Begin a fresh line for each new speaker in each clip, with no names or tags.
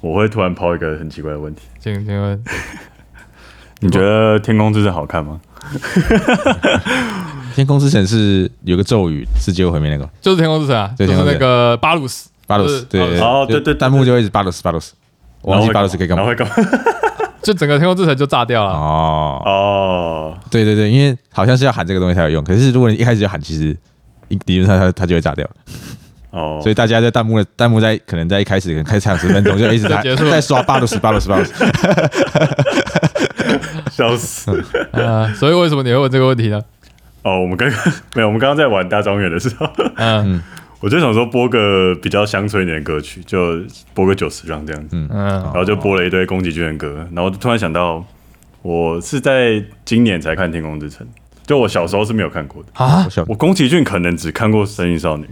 我会突然抛一个很奇怪的问题，
请请问，
你觉得《天空之城》好看吗？
天空之城是有个咒语，世界毁灭那个
就是天空之城啊，就
对
是
天空之
那
城
个巴鲁斯，
巴鲁
就是
斯，对，
哦
就
对对对
弹幕就会一直巴鲁斯巴鲁斯，我忘记巴鲁斯可以干
然后
嘛
会干嘛？
就整个天空之城就炸掉了。
哦，
哦，
对对对，因为好像是要喊这个东西才有用，可是如果你一开始就喊，其实一理论上它它就会炸掉，
哦，
所以大家在弹幕的弹幕在可能在一开始可 能开场十分钟就一直哎在
就结束了
在刷巴鲁斯巴鲁斯巴鲁斯，
笑死！
嗯
呃，所以为什么你会问这个问题呢？
哦，我们刚刚没有，我们刚刚在玩大庄园的时候，
嗯
我就想说播个比较乡村一点的歌曲，就播个九十让这样子，
嗯
然后就播了一堆宫崎骏的歌，然后突然想到，我是在今年才看《天空之城》，就我小时候是没有看过的，
啊
我笑
我宫崎骏可能只看过《神隐少女》，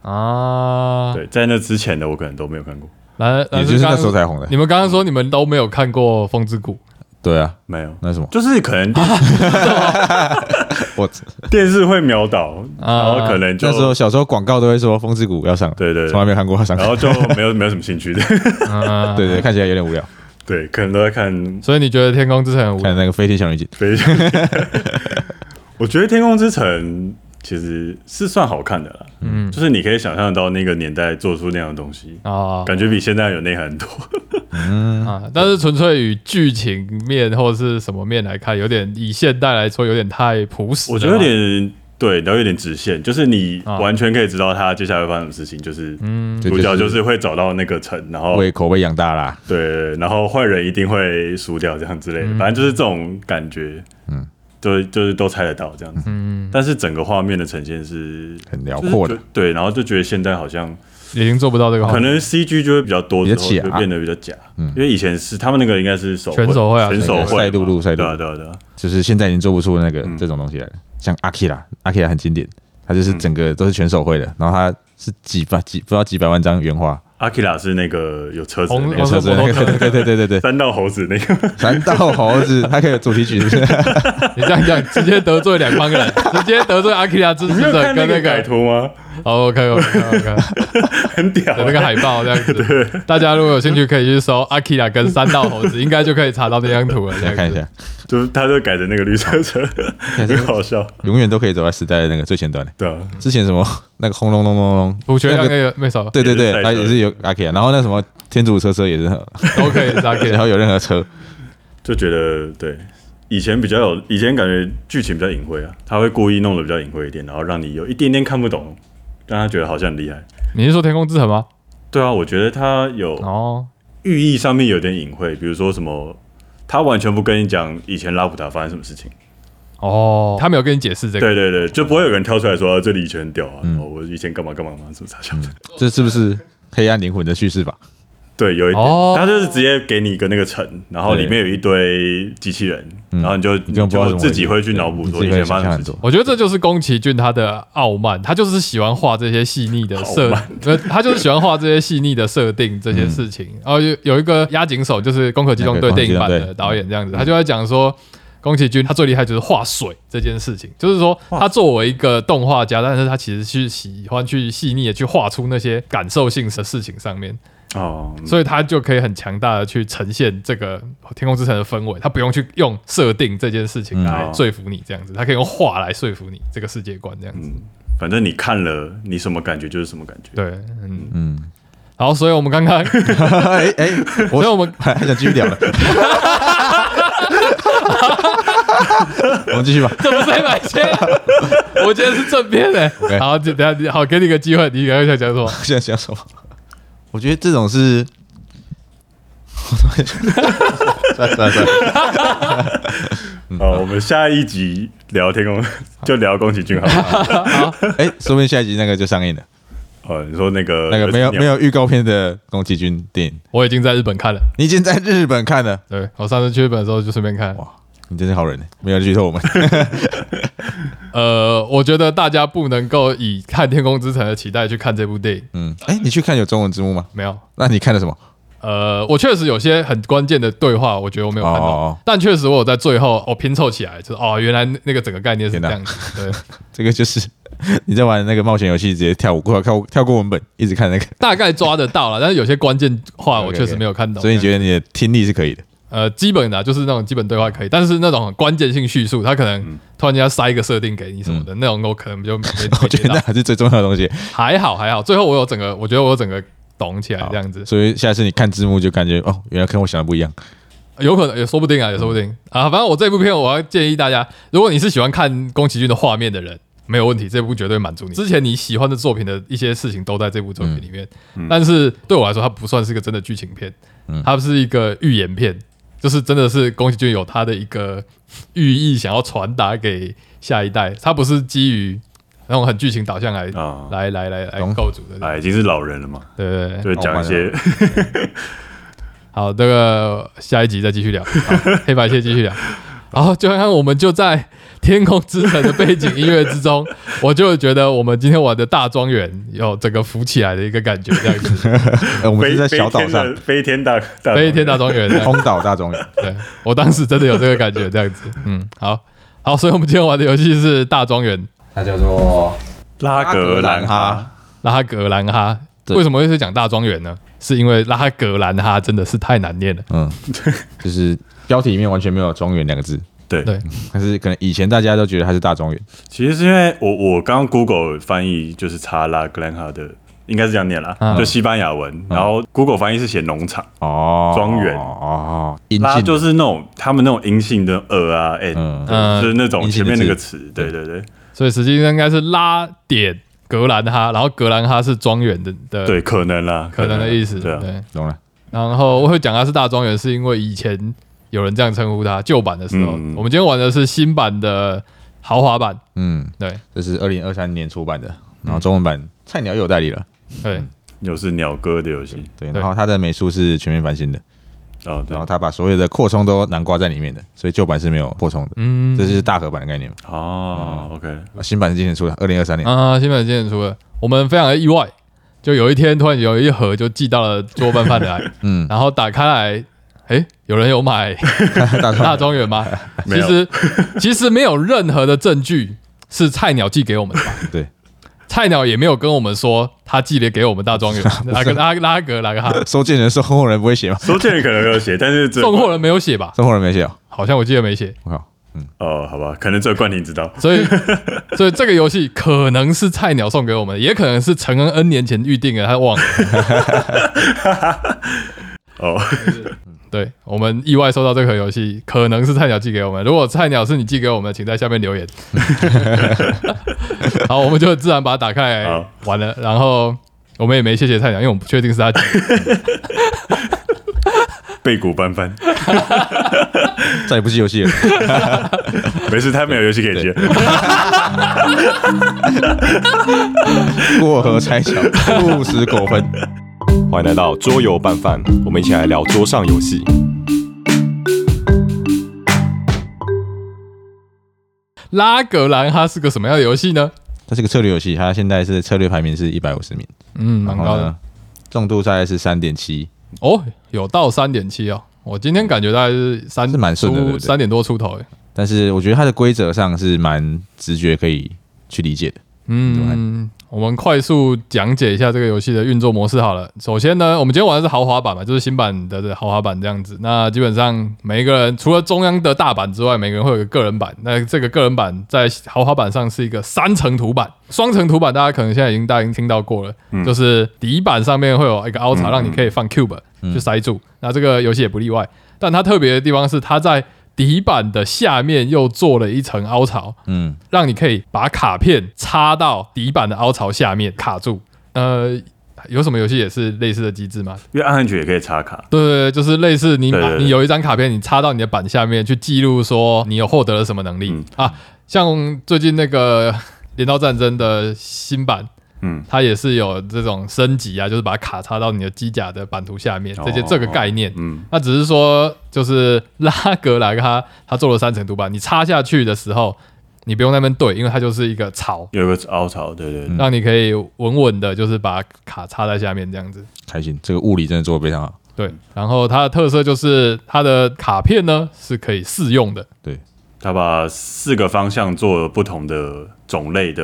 哦
啊，
对，在那之前的我可能都没有看过，
来，
也
也
就是那时候才红的
你，们刚刚说你们都没有看过《风之谷
对啊，
没有，
那是什么？
就是可能电
我
电视会秒倒，然后可能就
啊那时候小时候广告都会说《风之谷》要上，
对对对哦
从来没有看过要上，
然后就没有没有什么兴趣的，》。
嗯，
对对，看起来有点无聊，
对，可能都在看
所以你觉得《天空之城》很无聊
看那个飞天小女警，
非常， 我觉得《天空之城》其实是算好看的啦，嗯，就是你可以想象得到那个年代做出那样的东西，
啊
哦
感觉比现在有内涵很多。
嗯
啊？但是纯粹以剧情面或是什么面来看，有点以现代来说有点太朴实了。
我觉得有点对，然后有点直线，就是你
哦
啊
完全可以知道他接下来会发生什么事情，就是嗯，
这
主角
就
就是是会找到那个城，然后
为口碑养大啦。
对，然后坏人一定会输掉这样之类
嗯
的，反正就是这种感觉，嗯，对，就是都猜得到这样子，嗯，但是整个画面的呈现是
很辽阔的
就是觉对，然后就觉得现在好像
已经做不到这个，
可能 CG 就会比较多，之后
比较假啊嗯
就变得比较假，因为以前是他们那个应该是手
全手绘啊
全手绘嘛
赛璐璐赛璐
对
璐
啊对啊对啊，
就是现在已经做不出那个、这种东西来了。像阿 k 拉，阿 k 拉很经典，他就是整个都是全手绘的，然后他是几百几不知道几百万张原画，
阿基拉是那个有车子的那
红
个
哦
车子那
摩托
个，对对对对对，
三道猴子那 个，
三道猴子，他可以有主题曲，是不是？
你这样讲直接得罪两方人，直接得罪阿基拉支
你
持
没有
者
看
跟那
那个
个
改图吗？
哦 OK OK OK，
很屌 啊
有那个海报这样子，大家如果有兴趣可以去搜阿基拉跟三道猴子，应该就可以查到那张 图了。这
来看
样
一
子，
下，
就是他就改成那个绿色 车，很好笑，
永远都可以走在时代的那个最前端。
对啊，
之前什么那个轰隆隆隆隆，
补缺
那
量
个
那个没手
对对
也是赛
对，
车
他也是有阿 k 拉，然后那什么天竺车车也是，
都可以是阿基
然
拉。
后有任何车，
就觉得对，以前比较有，以前感觉剧情比较隐晦啊，他会故意弄得比较隐晦一点，然后让你有一点点看不懂，让他觉得好像很厉害。
你是说天空之城吗？
对啊，我觉得他有
哦，
寓意上面有点隐晦，比如说什么，他完全不跟你讲以前拉普达发生什么事情。
哦，他没有跟你解释这个，
对对对，就不会有人跳出来说、啊、这里以前很屌啊，
嗯
哦，我以前干嘛干嘛嘛，什么啥小的。
这是不是黑暗灵魂的叙事吧？
对，有一点，
哦
他就是直接给你一个那个城，然后里面有一堆机器人，然后你就
嗯根本不知道
就
怎么
自己会去脑补
你自
说
己
以
会
前发
想
生什
象很
么事情
多。。
我觉得这就是宫崎骏他的傲慢，他就是喜欢画这些细腻的设
傲慢，
呃，他就是喜欢画这些细腻的设定这些事
嗯
情。然后有有一个押井守，就是《攻壳机
哎
动队》
那个
电影版
攻壳机
的
动队
导演这样
嗯
子，他就在讲说。宫崎骏他最厉害就是画水这件事情，就是说他作为一个动画家，但是他其实是喜欢去细腻的去画出那些感受性的事情上面，
哦，
所以他就可以很强大的去呈现这个天空之城的氛围，他不用去用设定这件事情
哦
来说服你这样子，他可以用画来说服你这个世界观这样子。
反正你看了，你什么感觉就是什么感觉。
对，嗯嗯。好，所以我们刚刚，所
哎哎， 我
以我 们
还还想继续聊了。我们继续吧。
怎么是黑白切？ 我觉得是正片嘞、
OK
好，就等一下好，给你个机会，你刚刚想讲什 么？
现在想什么？我觉得这种是， 算了算了算了，
哦，我们下一集聊天 宫，就聊宫崎骏好了。
哎、说不定下一集那个就上映了。
哦，你说那个
那个没有没
有，
有预告片呃的宫崎骏电影，
我已经在日本看了，
你已经在日本看了，
对我上次去日本的时候就顺便看。
哇，你真是好人呢、没有剧透我们。
呃，我觉得大家不能够以看《天空之城》的期待去看这部电影，
嗯，哎、你去看有中文字幕吗？
没有。
那你看了什么？
呃，我确实有些很关键的对话，我觉得我没有看到，
哦哦哦
但确实我有在最后我、哦拼凑起来，就是哦，原来那个整个概念是
天哪
这样子。对，
这个就是你在玩那个冒险游戏，直接跳过跳跳过文本，一直看那个，
大概抓得到了，但是有些关键话我
OK，OK
确实没有看懂。
所以你觉得你的听力是可以的？
呃，基本的啊、就是那种基本对话可以，但是那种关键性叙述，他可
嗯
能突然间要塞一个设定给你什么的，那种我可能就没
我觉得那
没到
还是最重要的东西。
还好还好，最后我有整个，我觉得我有整个懂起来这样子，
所以下次你看字幕就感觉哦，原来跟我想的不一样。
有可能也说不定啊，也说不定啊。反正我这部片，我要建议大家，如果你是喜欢看宫崎骏的画面的人，没有问题，这部绝对满足你。之前你喜欢的作品的一些事情都在这部作品里面，但是对我来说，它不算是个真的剧情片，它是一个预言片，就是真的是宫崎骏有他的一个寓意想要传达给下一代，它不是基于那种很剧情导向来、
啊
来来来来
懂
构筑的，
哎，已经是老人了嘛，
对对
哎
对。
就讲一些
好，这个下一集再继续聊，好黑白切继续聊。然后就刚刚我们就在《天空之城》的背景音乐之中，我就觉得我们今天玩的大庄园有整个浮起来的一个感觉，这样子。
呃我们
飞
是在
飞
小岛
天
上
的，飞天大大
飞天大庄园，这 样
空岛大庄园。
对我当时真的有这个感觉，这样子。嗯，好好，所以我们今天玩的游戏是大庄园
它叫做
拉格兰哈，
拉格兰哈。
对
为什么会是讲大庄园呢？是因为拉格兰哈真的是太难念了。
嗯，就是标题里面完全没有“庄园”两个字，
对
对，
但是可能以前大家都觉得它是大庄园。
其实是因为我我刚刚 Google 翻译就是查拉格兰哈的，应该是这样念啦，
嗯
啊
就西班牙文，然后 Google 翻译是写农场，
哦，
庄园
哦，阴
拉
性
就是那种他们那种阴性的呃啊 n，
嗯
嗯
就是那种
阴性
前
的
面那个
字
词，对对对
所以实际上应该是拉点格兰哈，然后格兰哈是庄园的的
对，可能啦，
可能的意思。
对啊，
懂了。
然后我会讲它是大庄园，是因为以前有人这样称呼它，旧版的时候。
嗯
我们今天玩的是新版的豪华版，
嗯，
对
这是二零二三年出版的，然
嗯
后中文版菜鸟又有代理了。
对，
又是鸟哥的游戏
对，
对
然后它的美术是全面翻新的，
哦，对
然后它把所有的扩充都囊括在里面的，所以旧版是没有扩充的。
嗯
这就是大合版的概念嘛。
哦，OK，
新版是今年出的，二零二三年。
啊，新版今天出了，我们非常的意外，就有一天突然有一盒就寄到了桌拌饭 来，
嗯，
然后打开来，诶，有人有买
大庄
大
园
庄园吗？
没
其
有
实其实没有任何的证据是菜鸟寄给我们的吧。
对，
菜鸟也没有跟我们说他寄了给我们大庄园， 哪个拉拉格拉格哈，
收件人、收货人不会写吗？
收件人可能有写，但是这
送货人没有写吧？
收货人没写哦。
好像我记得没写，
我靠，
哦，好吧，可能只有冠廷知道。
所以所以这个游戏可能是菜鸟送给我们的，也可能是陈恩 N 年前预定的，他忘了。
哦，
对我们意外收到这盒游戏，可能是菜鸟寄给我们。如果菜鸟是你寄给我们的，请在下面留言。好，我们就自然把它打开来
好
玩了，然后我们也没谢谢菜鸟，因为我们不确定是他寄的。
背骨搬翻，
再也不是游 戏了。
没事，他没有游戏可以接。
过河拆桥，不食狗分。
欢迎来到桌游拌饭，我们一起来聊桌上游戏。
拉格兰哈是个什么样的游戏呢？
它是个策略游戏，它现在是策略排名是一百五十名，
嗯，蛮
然后
高的
呢，重度大概是三点七，
哦，有到三点七哦。我今天感觉大概是三，
是蛮顺的对不对
三点多出头诶。
但是我觉得它的规则上是蛮直觉可以去理解的。
嗯，我们快速讲解一下这个游戏的运作模式好了。首先呢，我们今天玩的是豪华版嘛，就是新版的这个豪华版这样子。那基本上每一个人除了中央的大版之外，每个人会有一个个人版。那这个个人版在豪华版上是一个三层图版，双层图版大家可能现在已经大家已经听到过了，就是底板上面会有一个凹槽，让你可以放 cube 去塞住。那这个游戏也不例外，但它特别的地方是它在底板的下面又做了一层凹槽，
嗯，
让你可以把卡片插到底板的凹槽下面卡住。呃，有什么游戏也是类似的机制吗？
因为暗暗曲也可以插卡，
对对对，就是类似你把
对对对
你有一张卡片，你插到你的板下面去记录说你有获得了什么能力、
嗯
啊。像最近那个《镰刀战争》的新版，
嗯，
它也是有这种升级啊，就是把卡插到你的机甲的版图下面，这些
哦
这个概念。
嗯，
那只是说，就是拉格莱他他做了三层图板，你插下去的时候，你不用在那边对，因为它就是一个槽，
有个凹槽，对对对，
让你可以稳稳的，就是把卡插在下面这样子。
开心，这个物理真的做的非常好。
对，然后它的特色就是它的卡片呢是可以试用的，
他把四个方向做了不同的种类的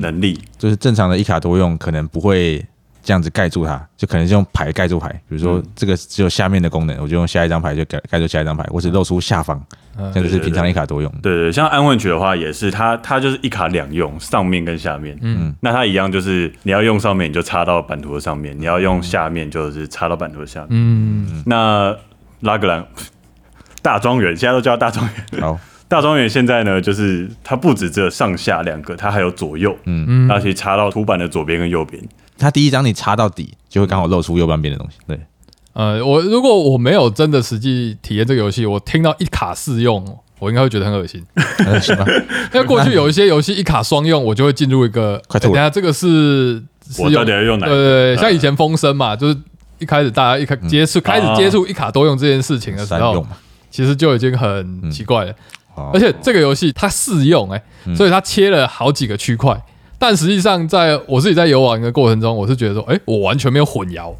能力，
就是正常的一卡多用可能不会这样子盖住它，就可能是用牌盖住牌。比如
嗯
说这个只有下面的功能，我就用下一张牌就盖盖住下一张牌，我只露出下方，
嗯
这样就是平常一卡多用。
对对，像安魂曲的话也是，它它就是一卡两用，上面跟下面。嗯，那它一样就是你要用上面你就插到版图的上面，你要用下面就是插到版图的下面。
嗯，
那拉格兰大庄园现在都叫它大庄园，
好，
大庄园现在呢就是它不止只有上下两个，它还有左右。嗯，它可以插到图板的左边跟右边。
它第一张你插到底，就会刚好露出右半边的东西。对，
呃，我如果我没有真的实际体验这个游戏，我听到一卡四用，我应该会觉得很恶心。
呃行吧，
因为过去有一些游戏一卡双用，我就会进入一个，哎
快吐了
等一下这个是是
我到底要用哪
对
一个
对对，
嗯
像以前风声嘛，就是一开始大家一开接触、开始接触
啊
一卡多用这件事情的时
三
候
嗯用，嘛。
其实就已经
嗯
很奇怪了。
哦
而且这个游戏它试用哎、
嗯
所以它切了好几个区块。但实际上，在我自己在游玩的过程中，我是觉得说，哎、我完全没有混淆，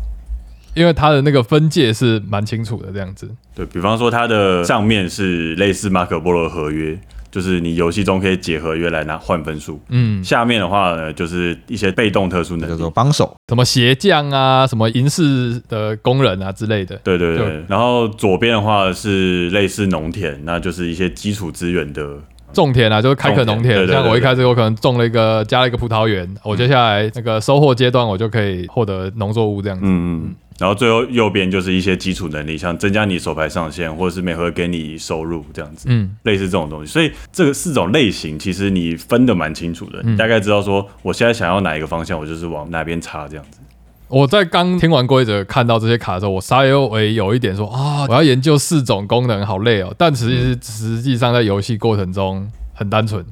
因为它的那个分界是蛮清楚的这样子。
对比方说，它的上面是类似马可波罗合约，就是你游戏中可以解合约来拿换分数。
嗯，
下面的话呢，就是一些被动特殊
那
能
叫
力
做。帮手，
什么鞋匠啊，什么银饰的工人啊之类的。
对对对
对，
然后左边的话是类似农田，那就是一些基础资源的，
种田啊，就是开垦农
种田对
田。
对
像我
对
一
对嗯
开始我可能种了一个，加了一个葡萄园，我接下来那个收获阶段，我就可以获得农作物这样子。
嗯嗯，然后最后右边就是一些基础能力，像增加你手牌上限，或者是每回合给你收入这样子，
嗯，
类似这种东西。所以这个四种类型其实你分的蛮清楚的，
嗯
你大概知道说我现在想要哪一个方向，我就是往哪边插这样子。
我在刚听完规则看到这些卡的时候，我稍微有一点说啊，我要研究四种功能，好累哦。但其实实际上在游戏过程中很单纯，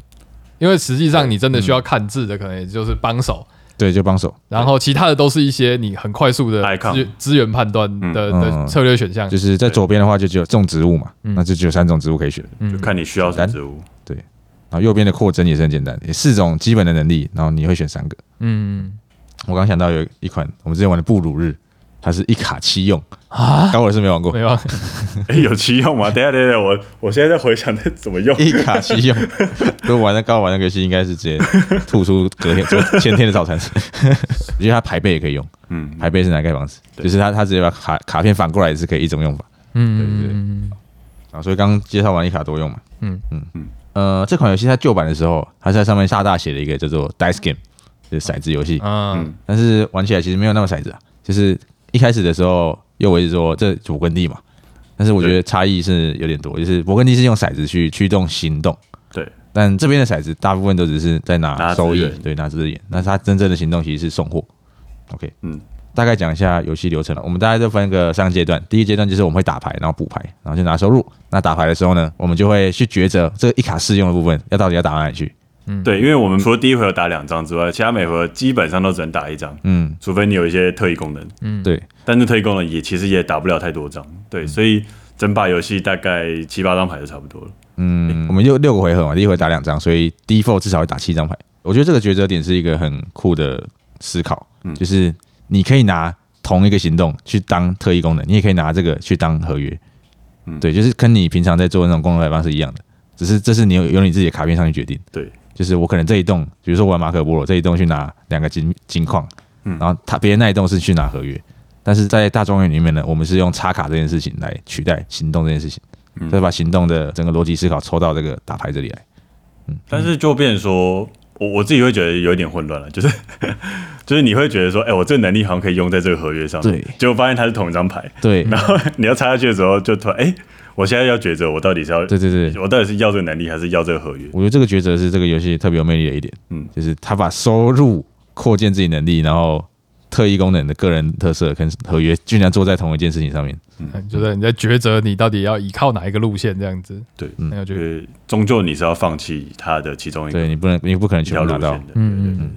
因为实际上你真的需要看字的，可能也就是帮手。
对，就帮手。
然后其他的都是一些你很快速的
Icon
资源资源判断的
嗯
的
嗯
策略选项
就，是在左边的话就只有种植物嘛，
嗯
那就只有三种植物可以选。
就看你需要什么
简单
植物，
然后右边的扩增也是很简单，也四种基本的能力，然后你会选三个。
嗯
我刚想到有一款我们之前玩的布鲁日，它是一卡七用，
啊，
高尔是没玩过，
没办法，
哎，有其用吗？等一下等一下，我我现在在回想它怎么用。
一卡 七用。如果玩的高玩那个游戏，应该是直接吐出隔天、昨前天的早餐。 我觉得它排背也可以用，
嗯，
排背是拿来盖房子，就是它它直接把卡卡片反过来也是可以一种用法。对对
嗯，
啊，所以刚介绍完一卡多用嘛，
嗯
嗯嗯，呃，这款游戏在旧版的时候，它是在上面大大写了一个叫做 Dice Game，就是骰子游
啊
戏，
嗯
但是玩起来其实没有那么骰子啊，就是一开始的时候，右维是说这勃艮第嘛，但是我觉得差异是有点多，就是勃艮第是用骰子去驱动行动，
对，
但这边的骰子大部分都只是在拿
拿
收
资
益
源，
对，拿资源。但是它真正的行动其实是送货。OK，
嗯
嗯，大概讲一下游戏流程了。我们大概就分个三个阶段，第一阶段就是我们会打牌，然后补牌，然后就拿收入。那打牌的时候呢，我们就会去抉择这个一卡适用的部分要到底要打到哪里去。
对，因为我们除了第一回合打两张之外，其他每回合基本上都只能打一张，
嗯，
除非你有一些特异功能。
对，嗯
但是特异功能也其实也打不了太多张，对，所以整把游戏大概七八张牌就差不多了。
嗯，我们六六个回合嘛，第一回打两张，所以 default 至少会打七张牌。我觉得这个抉择点是一个很酷的思考，
嗯
就是你可以拿同一个行动去当特异功能，你也可以拿这个去当合约。
嗯
对，就是跟你平常在做那种功能排方是一样的，只是这是你有有你自己的卡片上去决定。
对，
就是我可能这一栋，比如说我玩马可波罗这一栋去拿两个金金矿，
嗯
然后他别人那一栋是去拿合约，但是在大庄园里面呢，我们是用插卡这件事情来取代行动这件事情，再把行动的整个逻辑思考抽到这个打牌这里来。
但是就变成说，我我自己会觉得有一点混乱了，就是 就是你会觉得说，哎、我这能力好像可以用在这个合约上面，
对
结果发现它是同一张牌，
对，
然后 你要插下去的时候，就突然，哎、我现在要抉择，我到底是要，
对对对，
我到底是要这个能力还是要这个合约？
我觉得这个抉择是这个游戏特别有魅力的一点，
嗯
嗯，就是他把收入扩建自己能力，然后特异功能的个人特色跟合约，居然做在同一件事情上面。
嗯 就是你在抉择你到底要依靠哪一个路线这样子，
对，
那我
就
觉得嗯
是终究你是要放弃它的其中一个
对你不能，你不可能
一
全
条
部
路
拿
线
到。
的，
嗯
对对对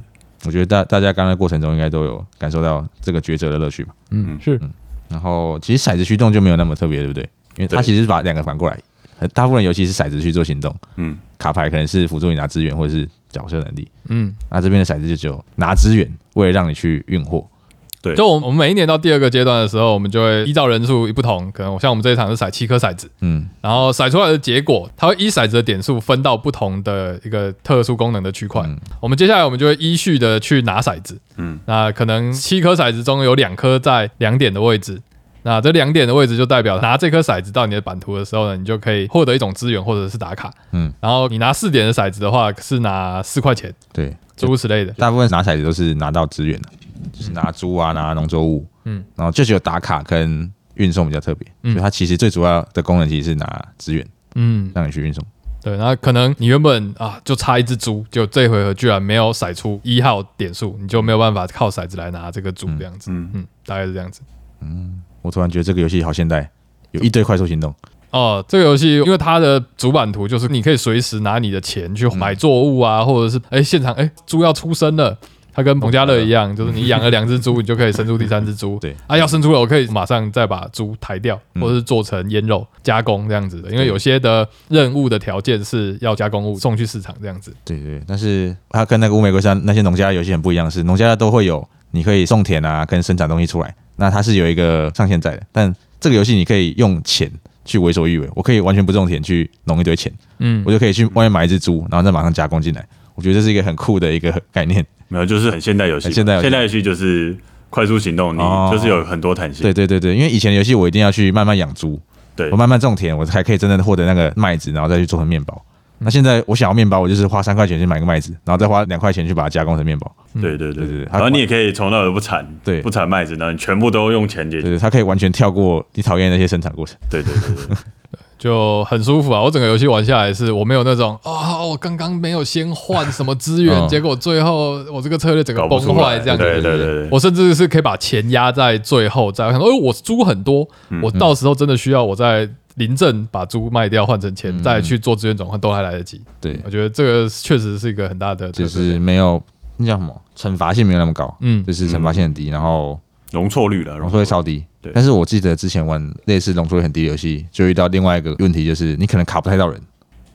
我觉得大大家刚才过程中应该都有感受到这个抉择的乐趣吧。
嗯是
然后其实骰子驱动就没有那么特别，对不对？因为它
对
其实是把两个反过来，呃大部分游戏是骰子去做行动，
嗯，
卡牌可能是辅助你拿资源或者是角色能力，
嗯
那这边的骰子就只有拿资源，为了让你去运货，
对
就我们我们每一年到第二个阶段的时候，我们就会依照人数不同，可能像我们这一场是骰七颗骰子，
嗯，
然后骰出来的结果，它会依骰子的点数分到不同的一个特殊功能的区块。
嗯
我们接下来我们就会依序的去拿骰子，
嗯，
那可能七颗骰子中有两颗在两点的位置。那这两点的位置就代表拿这颗骰子到你的版图的时候呢，你就可以获得一种资源或者是打卡。
嗯，
然后你拿四点的骰子的话，是拿四块钱，
对，
诸如此类的。
大部分拿骰子都是拿到资源的，就是拿猪啊，拿农作物，
嗯
嗯，然后就只有打卡跟运送比较特别，所以它其实最主要的功能其实是拿资源
嗯，
让你去运送，
对。那可能你原本啊就差一只猪，就这回合居然没有骰出一号点数，你就没有办法靠骰子来拿这个猪这样子。
嗯
嗯，大概是这样子。
我突然觉得这个游戏好现代，有一堆快速行动，
哦，这个游戏因为它的主版图就是你可以随时拿你的钱
嗯
去买作物啊，或者是哎、现场哎、猪要出生了。它跟彭家乐一样，就是你养了两只猪，你就可以生出第三只猪。
对
啊，要生出了，我可以马上再把猪抬掉，
嗯
或者是做成腌肉加工这样子的。因为有些的任务的条件是要加工物送去市场这样子。
对对，但是它跟那个乌玫瑰山那些农家游戏很不一样的是，农家都会有你可以种田啊，跟生产东西出来，那它是有一个上限在的。但这个游戏你可以用钱去为所欲为，我可以完全不种田去弄一堆钱，
嗯
我就可以去外面买一只猪，然后再马上加工进来。我觉得这是一个很酷的一个 概念。
没有，就是很现代游戏嘛，
很现代游戏
现代游戏就是快速行动，你
哦
就是有很多弹性。
对对对对，因为以前的游戏我一定要去慢慢养猪，
对
我慢慢种田，我才可以真正的获得那个麦子，然后再去做成面包。那现在我想要面包，我就是花三块钱去买个麦子，然后再花两块钱去把它加工成面包。
对对对
嗯对对对
然后你也可以从那尾不产，
对
不产麦子，然后你全部都用钱解决。
对，它可以完全跳过你讨厌的那些生产过程。
对对对对，
就很舒服啊！我整个游戏玩下来是我没有那种啊、我刚刚没有先换什么资源，
嗯
结果最后我这个策略整个
搞不
崩
出
坏
来。
这样子。
对对对对，
我甚至是可以把钱压在最后再，我想说，哎、我猪很多，
嗯
我到时候真的需要我在临阵把猪卖掉换成钱，
嗯
再去做资源转换都还来得及。
对，
我觉得这个确实是一个很大的特
就
色，
是没有那叫什么惩罚性没有那么高，
嗯
就是惩罚性很低，然后
容错率了，
容
容
错率超低
对。
但是我记得之前玩类似容错率很低的游戏，就遇到另外一个问题，就是你可能卡不太到人。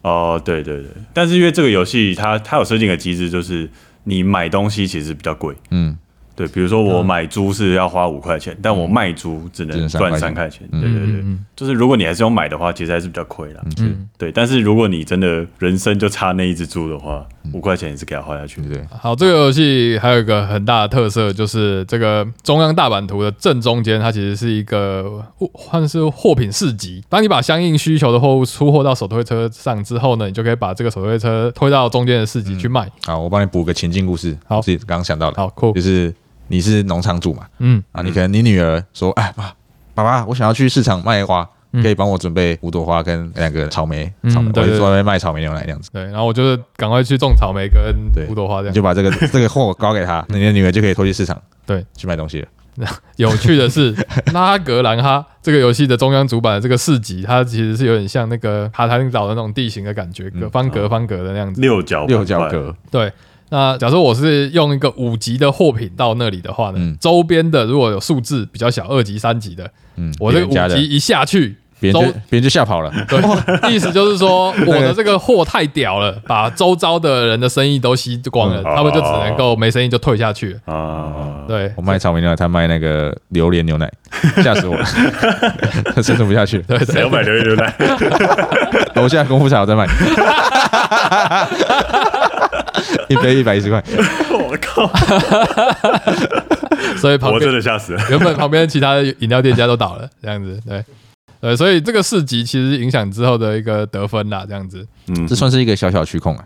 哦，对对对，但是因为这个游戏它它有设定的机制，就是你买东西其实比较贵。
嗯，
对，比如说我买猪是要花五块钱，但我卖猪只
只
能
能三
赚
块
三
钱
块钱。对对对
嗯嗯，
就是如果你还是用买的话，其实还是比较亏啦。
嗯，
对，但是如果你真的人生就差那一只猪的话，五块钱也是给它花下去
嗯对。不对？
好，这个游戏还有一个很大的特色，就是这个中央大版图的正中间，它其实是一个物算是货品市集。当你把相应需求的货物出货到手推车上之后呢，你就可以把这个手推车推到中间的市集去卖。
好，我帮你补个情境故事。
好
我自己刚刚想到的，
好酷
就是你是农场主嘛，
嗯
啊，你可能你女儿说，哎爸，爸爸，我想要去市场卖花，可以帮我准备五朵花跟两个草莓，
嗯
草莓，
对
我
对对
就在外面卖草莓牛奶那样子。
对，然后我就是赶快去种草莓跟嗯
对
五朵花这样
你就。把这个这个货搞给他，你的女儿就可以拖去市场，
嗯对，
去买东西了。
有趣的是，拉格兰哈这个游戏的中央主板的这个市集，它其实是有点像那个卡塔林岛的那种地形的感觉，格方格方格的那样子。
六角
六角
板块，
格，
对，那假设我是用一个五级的货品到那里的话呢，
嗯
周边的如果有数字比较小，二级、三级的，
嗯，
我这个
别人家
五
的
级一下去，
别
周
人就别人就吓跑了。
对，意思就是说 我的这个货太屌了，把周遭的人的生意都吸光了，
嗯
他们就只能够没生意就退下去了。
啊，
对，
哦我卖草莓牛奶，他卖那个榴莲 牛奶，吓死我了， 他生存不下去。
对
谁
对
要买榴莲牛 奶？
楼下功夫茶 我在卖， 一杯一百一十块，
我靠，
所以旁
我真
边
的吓死了。
原本旁边其他的饮料店家都倒了，这样子，对，对，所以这个市集其实影响之后的一个得分啦，这样子，
嗯
这，算是一个小小区控啊，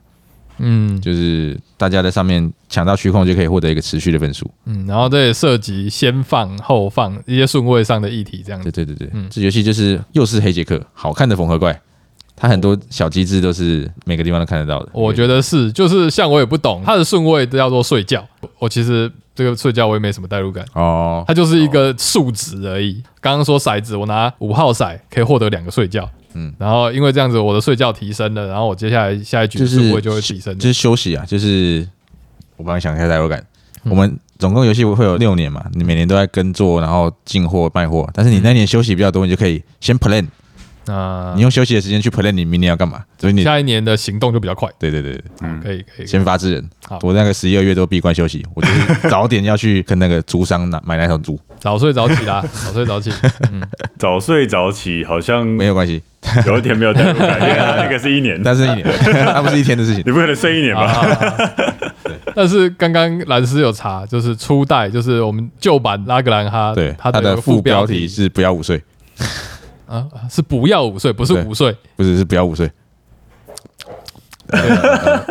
嗯
就是大家在上面抢到区控就可以获得一个持续的分数。
嗯，然后这也涉及先放后放一些顺位上的议题，这样
对
子，
对对对，这游戏就是又是黑杰克，好看的缝合怪，它很多小机制都是每个地方都看得到的。
我觉得是，就是像我也不懂它的顺位都叫做睡觉，我其实这个睡觉我也没什么代入感。
哦，
它就是一个数值而已。刚刚说骰子，我拿五号骰可以获得两个睡觉，嗯
嗯，
然后因为这样子我的睡觉提升了，然后我接下来下一局
就
的
是
数位就会提升。
就是休息啊，就是我帮你想一下代入感。
嗯
我们总共游戏会有六年嘛，
嗯
你每年都在跟做，然后进货卖货，但是你那年休息比较多，你就可以先 plan，
那
你用休息的时间去 plan 你明年要干嘛，所以你
啊下一年的行动就比较快，
对对对，对
可以可以。
先发制人
好。
我那个十一二月都闭关休息，我就是 早点要去跟那个猪商拿买那头猪，
早睡早起 啦，早睡早起。
早睡早起好像
没有关系，
有一点没有代入 感，因为它那个是一年，
但是啊一年， 那不是一天的 事情
你。不可能睡一年吧？
但是刚刚蓝斯有查，就是初代，就是我们旧版拉格兰哈，
对，
它
它的副
副
标
题
题是不要午睡，
啊是不要午睡，不是
对
午睡。
不是是不要午睡。 哎，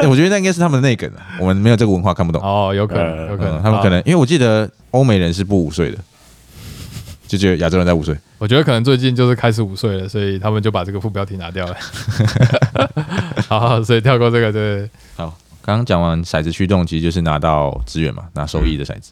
我觉得那应该是他们的内梗啊，我们没有这个文化看不懂。
哦，有可能，
呃
有可能
嗯，，他们
好
可能因为我记得欧美人是不午睡的，就只有亚洲人在午睡。
我觉得可能最近就是开始午睡了，所以他们就把这个副标题拿掉了。好好，所以跳过这个，对，
好，刚刚讲完骰子驱动，其实就是拿到资源嘛，拿收益的骰子。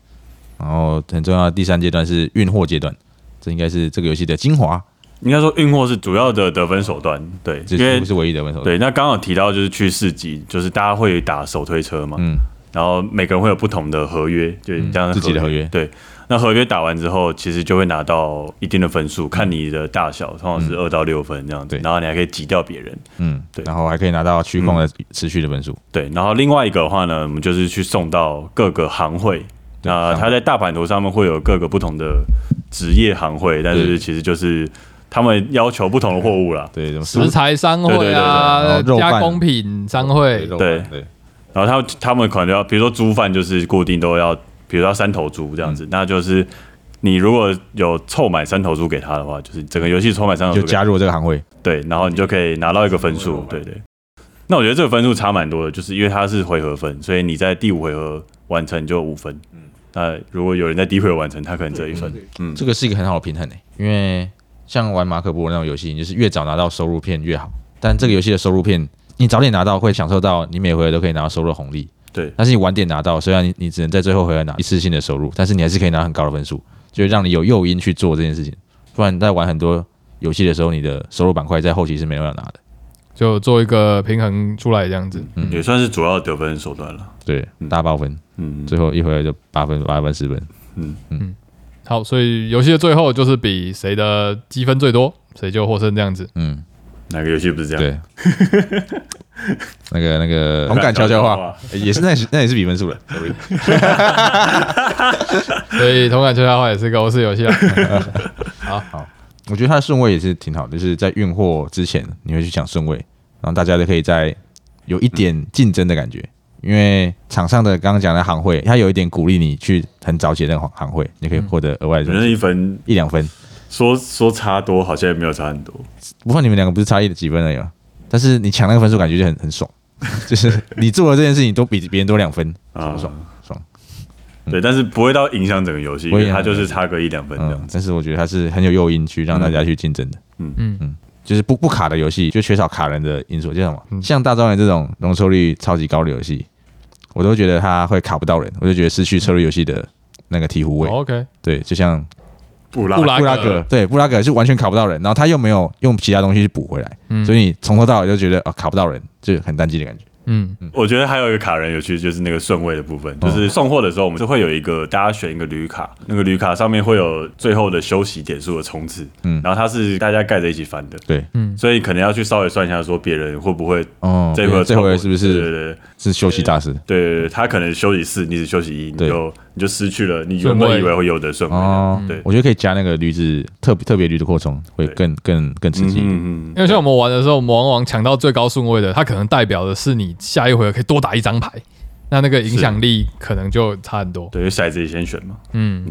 然后很重要的第三阶段是运货阶段，这应该是这个游戏的精华，
应该说运货是主要的得分手段，对，
这
因为
不是唯一的文手。
对，那刚好提到就是去市集，就是大家会打手推车嘛，
嗯
然后每个人会有不同的合约，就是这样、
自己的合约
对，那合约打完之后，其实就会拿到一定的分数，看你的大小，通常是二到六分这样子，
嗯对
然后你还可以挤掉别人。
嗯，
对嗯
然后还可以拿到区控的持续的分数，
对，然后另外一个的话呢，我们就是去送到各个行会，
对
那
行会
啊它在大版图上面会有各个不同的职业行会，但是
对
其实就是他们要求不同的货物啦。
对，什么
食材商
对对
会
对对
啊，
然后肉
加
贩
工品商会，
对
对，
然后他他们可能要，比如说猪贩就是固定都要，比如说要三头猪这样子，
嗯
那就是你如果有凑满三头猪给他的话，就是整个游戏凑满三头
就
猪给他
加哦入这个行会，
对，然后你就可以拿到一个分数，对对。那我觉得这个分数差蛮多的，就是因为它是回合分，所以你在第五回合完成就五分。
嗯
那如果有人在第一回合完成，他可能只有一分。嗯，
这个是一个很好的平衡诶、欸因为像玩马可波罗那种游戏，你就是越早拿到收入片越好，但这个游戏的收入片，你早点拿到会享受到你每回合都可以拿到收入的红利，
对
但是你晚点拿到，虽然你你只能在最后回合拿一次性的收入，但是你还是可以拿很高的分数，就是让你有诱因去做这件事情。不然你在玩很多游戏的时候，你的收入板块在后期是没有办法拿的。
就做一个平衡出来这样子。
也算是主要的得分手段了。
对，大爆分，
嗯，
最后一回合就八分、八分、十分。
好，所以游戏的最后就是比谁的积分最多，谁就获胜这样子。
嗯，
哪个游戏不是这样？
对。那个那个
同感悄悄话，
欸也是那也是那也是比分数了。
所以同感悄悄话也是个欧式游戏啊。
我觉得它的顺位也是挺好的，就是在运货之前你会去讲顺位，然后大家都可以在有一点竞争的感觉，因为场上的刚刚讲的行会，它有一点鼓励你去很早起的那个行会，你可以获得额外
反正
的
一分
一两分。
说说差多，好像也没有差很多。
不过你们两个不是差一几分而已嘛，啊但是你抢那个分数感觉就很很爽， 就是你做了这件事情都比别人多两分，爽
啊
爽爽。嗯
对，但是不会到影响整个游戏，因
不会
为
影响
它就是差个一两分这样
嗯，
子。
但是我觉得它是很有诱因去让大家去竞争的。
嗯
嗯
嗯，就是不不卡的游戏就缺少卡人的因素，就像什么像大招人这种容错率超级高的游戏，我都觉得它会卡不到人，我就觉得失去策略游戏的那个醍醐味。
哦 OK，
对，就像
布拉
布拉
布拉哦格，对布拉格是完全卡不到人，然后他又没有用其他东西去补回来，
嗯
所以你从头到尾就觉得啊卡不到人，就很单机的感觉。
嗯，
我觉得还有一个卡人有趣，就是那个顺位的部
嗯
分，就是送货的时候，我们是会有一个大家选一个铝卡，那个铝卡上面会有最后的休息点数的冲刺，嗯，然后它是大家盖着一起翻的，
对，
所以可能要去稍微算一下，说别人会不会
哦，
这回合
这
超过
回是不
对对
是
对
是休息大师？
对对对，他可能休息四，你只休息一，你
对
就你就失去了你
顺
原
位
本以为会有的顺位，
哦，
对，
我觉得可以加那个驴子特特别驴的扩充，会
对
更更更刺激一点。
嗯嗯
因为像我们玩的时候，我们往往抢到最高顺位的，它可能代表的是你下一回合可以多打一张牌，那那个影响力可能就差很多。
对，因为骰子也先选嘛，
嗯，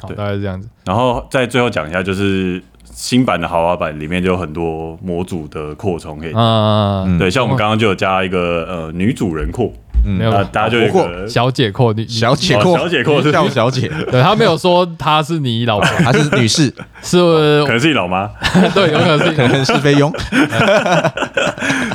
好，
对
大概是这样子。
然后再最后讲一下，就是新版的豪华版里面就有很多模组的扩充可以
啊，
对，像我们刚刚就有加一个呃女主人扩，
没
那
有
啊大家就有一
老婆
个
啊小姐扣你，
小姐
哦
阔，
小姐阔是
叫小姐，
对他没有说她是你老婆，
她是女士，
是
可能是你老 妈，
对，有可能是
可能是菲佣。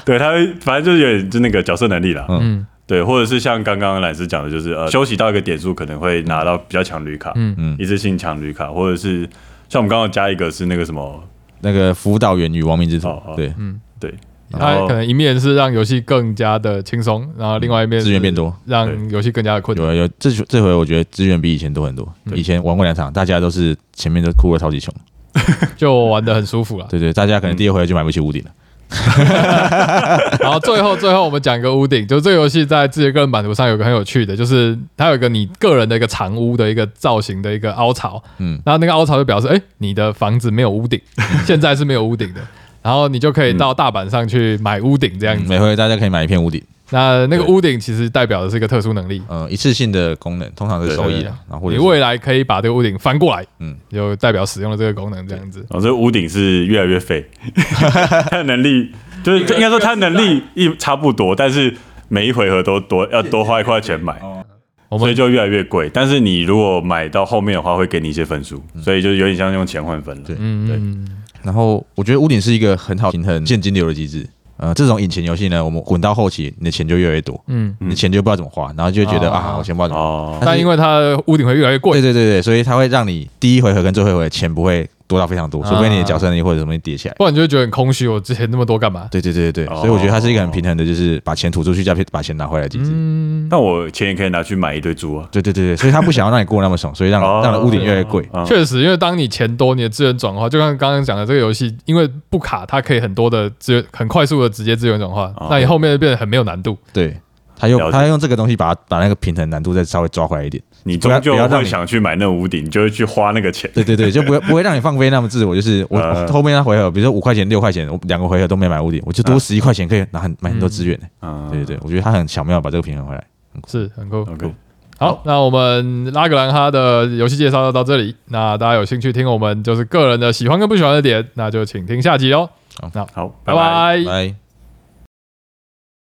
对她会反正就是有点就那个角色能力啦，
嗯
嗯，对，或者是像刚刚懒师讲的，就是呃休息到一个点数可能会拿到比较强绿卡，
嗯
嗯
嗯
嗯，一次性强绿卡，或者是像我们刚刚加一个是那个什么，
那个辅导员与亡命之徒
哦，哦
对，
对，然
他
后
可能一面是让游戏更加的轻松，然后另外一面是
资源变多，
让游戏更加的困
有
难。
啊有，这这回我觉得资源比以前多很多。以前玩过两场，大家都是前面都哭的超级穷，
就玩的很舒服了。
对对，大家可能第二回合就买不起屋顶了。
然后最后最后我们讲一个屋顶，就这个游戏在自己的个人版图上有个很有趣的，就是它有一个你个人的一个长屋的一个造型的一个凹槽，嗯
嗯，
然后那个凹槽就表示，哎、你的房子没有屋顶，现在是没有屋顶的，然后你就可以到大阪上去买屋顶这样子。
每回合大家可以买一片屋顶，
那那个屋顶其实代表的是一个特殊能力，
呃，一次性的功能通常是收益
对
啊，然后或
你
者
未
是
来可以把这个屋顶翻过来，嗯
嗯，
就代表使用了这个功能这样子。
然后这屋顶是越来越 废，他的能力就是应该说他能力一差不多，但是每一回合都多要多花一块钱买，
哦
我
所以
们
就越来越贵。但是你如果买到后面的话，会给你一些分数，所以就有点像用钱换分了。
嗯对
嗯，
然后我觉得屋顶是一个很好平衡现金流的机制。呃，这种引擎游戏呢，我们滚到后期，你的钱就越来越多，
嗯
嗯，你的钱就不知道怎么花，然后就会觉得
哦
啊，我钱不知道怎么花。
哦，
但因为它的屋顶会越来越贵
对，对对对，所以它会让你第一回合跟最后一回合钱不会多到非常多，
啊
除非你的角色能力或者什么东西叠起来。
不然你就会觉得很空虚。我之前那么多干嘛？
对对对对
哦
对，所以我觉得它是一个很平衡的，就是把钱吐出去加把钱拿回来的机制。
嗯，
那我钱也可以拿去买一堆猪啊。
对对对对，所以他不想要让你过那么爽，所以让
哦
让你的屋顶越来越贵。
嗯
确实，因为当你钱多，你的资源转化，就像刚刚讲的这个游戏，因为不卡，它可以很多的资源，很快速的直接资源转化，
哦
那你后面就变得很没有难度。
对，他用
了解
他用这个东西把它把那个平衡难度再稍微抓回来一点。
你终究
不要不要让
会
你
想去买那屋顶，你就会去花那个钱。
对对对，就不会不会让你放飞那么自我，就是我
呃
后面那回合，比如说五块钱六块钱，我两个回合都没买屋顶，我就多十一块钱可以拿很买很多资源。
嗯，哎
对对对，我觉得他很巧妙地把这个平衡回来。
是很酷。
，OK，
嗯好，那我们拉格兰哈的游戏介绍就到这里。那大家有兴趣听我们就是个人的喜欢跟不喜欢的点，那就请听下集哦。
好
那
好，
拜
拜。
拜
拜。